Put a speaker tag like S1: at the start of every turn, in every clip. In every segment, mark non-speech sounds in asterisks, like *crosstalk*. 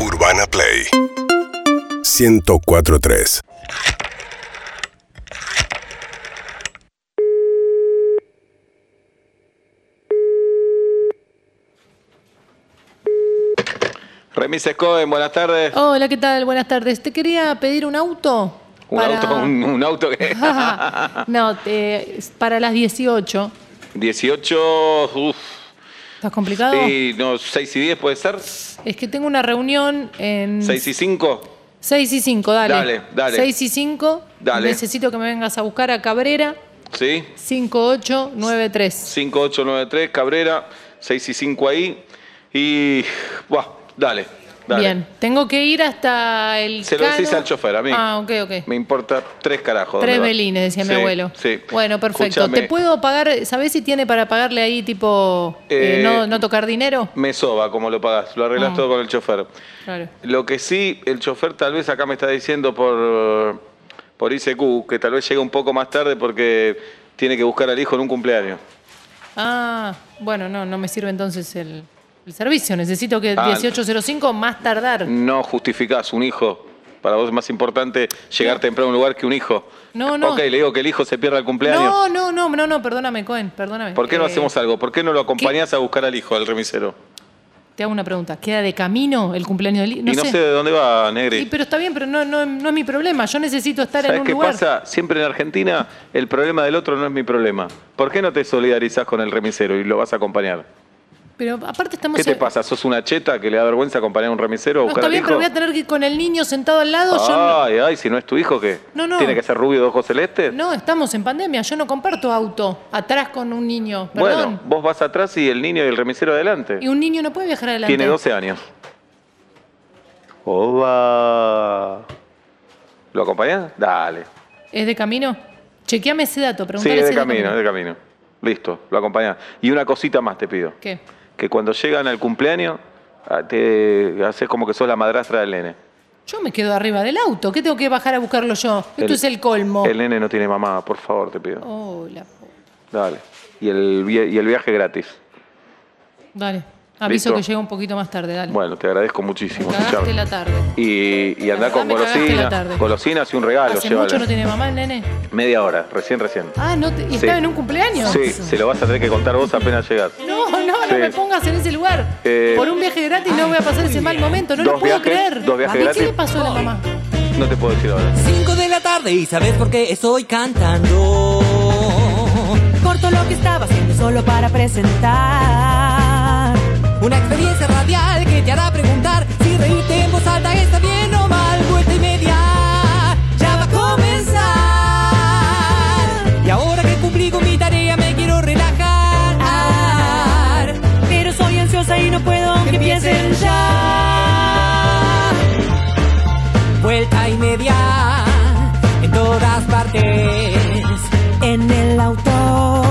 S1: Urbana Play 1043.
S2: Remis Cohen, buenas tardes.
S3: Hola, ¿qué tal? Buenas tardes. Te quería pedir un auto.
S2: Un
S3: para-
S2: auto, un, un auto que.
S3: *laughs* no, te- es para las 18.
S2: 18, uff.
S3: ¿Estás complicado?
S2: Y no, 6 y 10 puede ser.
S3: Es que tengo una reunión en
S2: 6 y 5.
S3: 6 y 5, dale.
S2: Dale, dale.
S3: 6 y 5.
S2: Dale.
S3: Necesito que me vengas a buscar a Cabrera
S2: ¿Sí?
S3: 5893.
S2: 5893, Cabrera, 6 y 5 ahí. Y. Buah, dale, dale.
S3: Bien, tengo que ir hasta el.
S2: Se lo
S3: Cano.
S2: decís al chofer, a mí.
S3: Ah, ok, ok.
S2: Me importa tres carajos.
S3: Tres
S2: dónde va.
S3: belines, decía mi
S2: Sí,
S3: abuelo.
S2: Sí.
S3: Bueno, perfecto.
S2: Escúchame,
S3: ¿Te puedo pagar? ¿Sabés si tiene para pagarle ahí, tipo, eh,
S2: Eh,
S3: no, no tocar dinero?
S2: Me soba como lo pagás. Lo arreglas
S3: Ah.
S2: todo con el chofer.
S3: Claro.
S2: Lo que sí, el chofer tal vez acá me está diciendo por, por ICQ, que tal vez llegue un poco más tarde porque tiene que buscar al hijo en un cumpleaños.
S3: Ah, bueno, no, no me sirve entonces el, el servicio. Necesito que
S2: Ah.
S3: 1805 más tardar.
S2: No justificás un hijo. Para vos es más importante llegar temprano a un lugar que un hijo.
S3: No, no.
S2: Ok, le digo que el hijo se pierda el cumpleaños.
S3: No, no, no, no, no, perdóname, Cohen, perdóname.
S2: ¿Por qué no
S3: Eh,
S2: hacemos algo? ¿Por qué no lo acompañás a buscar al hijo, al remisero?
S3: Te hago una pregunta. ¿Queda de camino el cumpleaños del hijo?
S2: y no sé. de dónde va, Negri.
S3: Sí, pero está bien, pero no, no, no es mi problema. Yo necesito estar en
S2: ¿Sabés
S3: un
S2: qué
S3: lugar.
S2: pasa? Siempre en Argentina el problema del otro no es mi problema. ¿Por qué no te solidarizás con el remisero y lo vas a acompañar?
S3: Pero aparte estamos.
S2: ¿Qué te
S3: en-
S2: pasa? ¿Sos una cheta que le da vergüenza acompañar a un remisero a
S3: No,
S2: buscar
S3: está bien,
S2: al
S3: pero voy
S2: hijo?
S3: a tener que ir con el niño sentado al lado. Yo no-
S2: Ay, ay, si no es tu hijo, ¿qué?
S3: No, no.
S2: ¿Tiene que ser rubio de ojos celestes?
S3: no, estamos en pandemia. Yo no comparto auto atrás con un niño. Perdón.
S2: bueno, vos vas atrás y el niño y el remisero adelante.
S3: Y un niño no puede viajar adelante.
S2: Tiene 12 años. ¡Oba! ¿Lo acompañás? Dale.
S3: ¿Es de camino? Chequeame ese dato,
S2: Sí,
S3: preguntale
S2: es
S3: si
S2: de camino, es de camino. Listo, lo acompañás. Y una cosita más te pido.
S3: ¿Qué?
S2: Que cuando llegan al cumpleaños, ah, te haces como que sos la madrastra del nene.
S3: Yo me quedo arriba del auto. ¿Qué tengo que bajar a buscarlo yo? Esto
S2: El-
S3: es el colmo.
S2: El nene no tiene mamá, por favor, te pido.
S3: Oh, la puta.
S2: Dale. Y el, vie- y el viaje gratis.
S3: Dale. Aviso
S2: Listo.
S3: que llego un poquito más tarde, dale.
S2: Bueno, te agradezco muchísimo.
S3: Me cagaste
S2: escuchame.
S3: la tarde.
S2: Y, y
S3: La
S2: andá
S3: verdad
S2: con
S3: me cagaste la
S2: golosinas.
S3: tarde.
S2: Golosinas y un regalo,
S3: Hace
S2: llévale.
S3: mucho no tiene mamá el nene.
S2: Media hora, recién, recién.
S3: Ah, no te- ¿y
S2: Sí.
S3: estaba en un cumpleaños?
S2: Sí, se lo vas a tener que contar vos apenas llegás.
S3: No, no, no
S2: Sí.
S3: me pongas en ese lugar.
S2: Eh,
S3: Por un viaje gratis no voy a pasar ese mal momento. No lo
S2: dos
S3: puedo
S2: viajes-
S3: creer.
S2: dos viajes
S3: ¿A mí
S2: gratis.
S3: qué le pasó a la mamá?
S2: No te puedo decir ahora.
S4: 5 de la tarde y sabes por qué estoy cantando.
S5: Corto lo que estaba haciendo solo para presentar.
S4: Una experiencia radial que te hará preguntar si reírte en voz alta está bien o mal. Vuelta y media, ya va a comenzar. Y ahora que cumplí con mi tarea me quiero relajar.
S5: Pero soy ansiosa y no puedo
S4: Que
S5: que
S4: empiecen
S5: piensen ya.
S4: ya. Vuelta y media en todas partes.
S5: En el auto,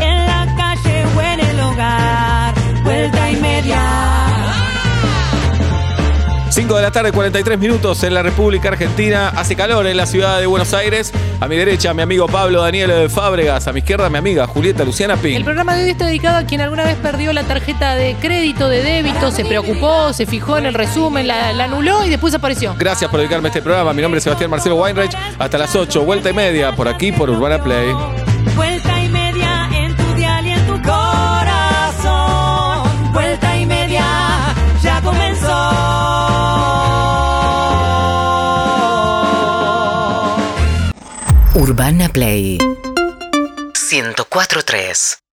S5: en la calle o en el hogar. Vuelta y media.
S6: 5 de la tarde, 43 minutos en la República Argentina. Hace calor en la ciudad de Buenos Aires. A mi derecha, mi amigo Pablo Daniel Fábregas. A mi izquierda, mi amiga Julieta Luciana
S3: El
S6: Pin.
S3: programa de hoy está dedicado a quien alguna vez perdió la tarjeta de crédito, de débito, se preocupó, se fijó en el resumen, la, la anuló y después apareció.
S6: Gracias por dedicarme a este programa. Mi nombre es Sebastián Marcelo Weinreich. Hasta las 8, vuelta y media, por aquí, por Urbana Play.
S5: Vuelta y media en tu dial y en tu corazón. Vuelta y media ya comenzó.
S7: Urbana Play 104.3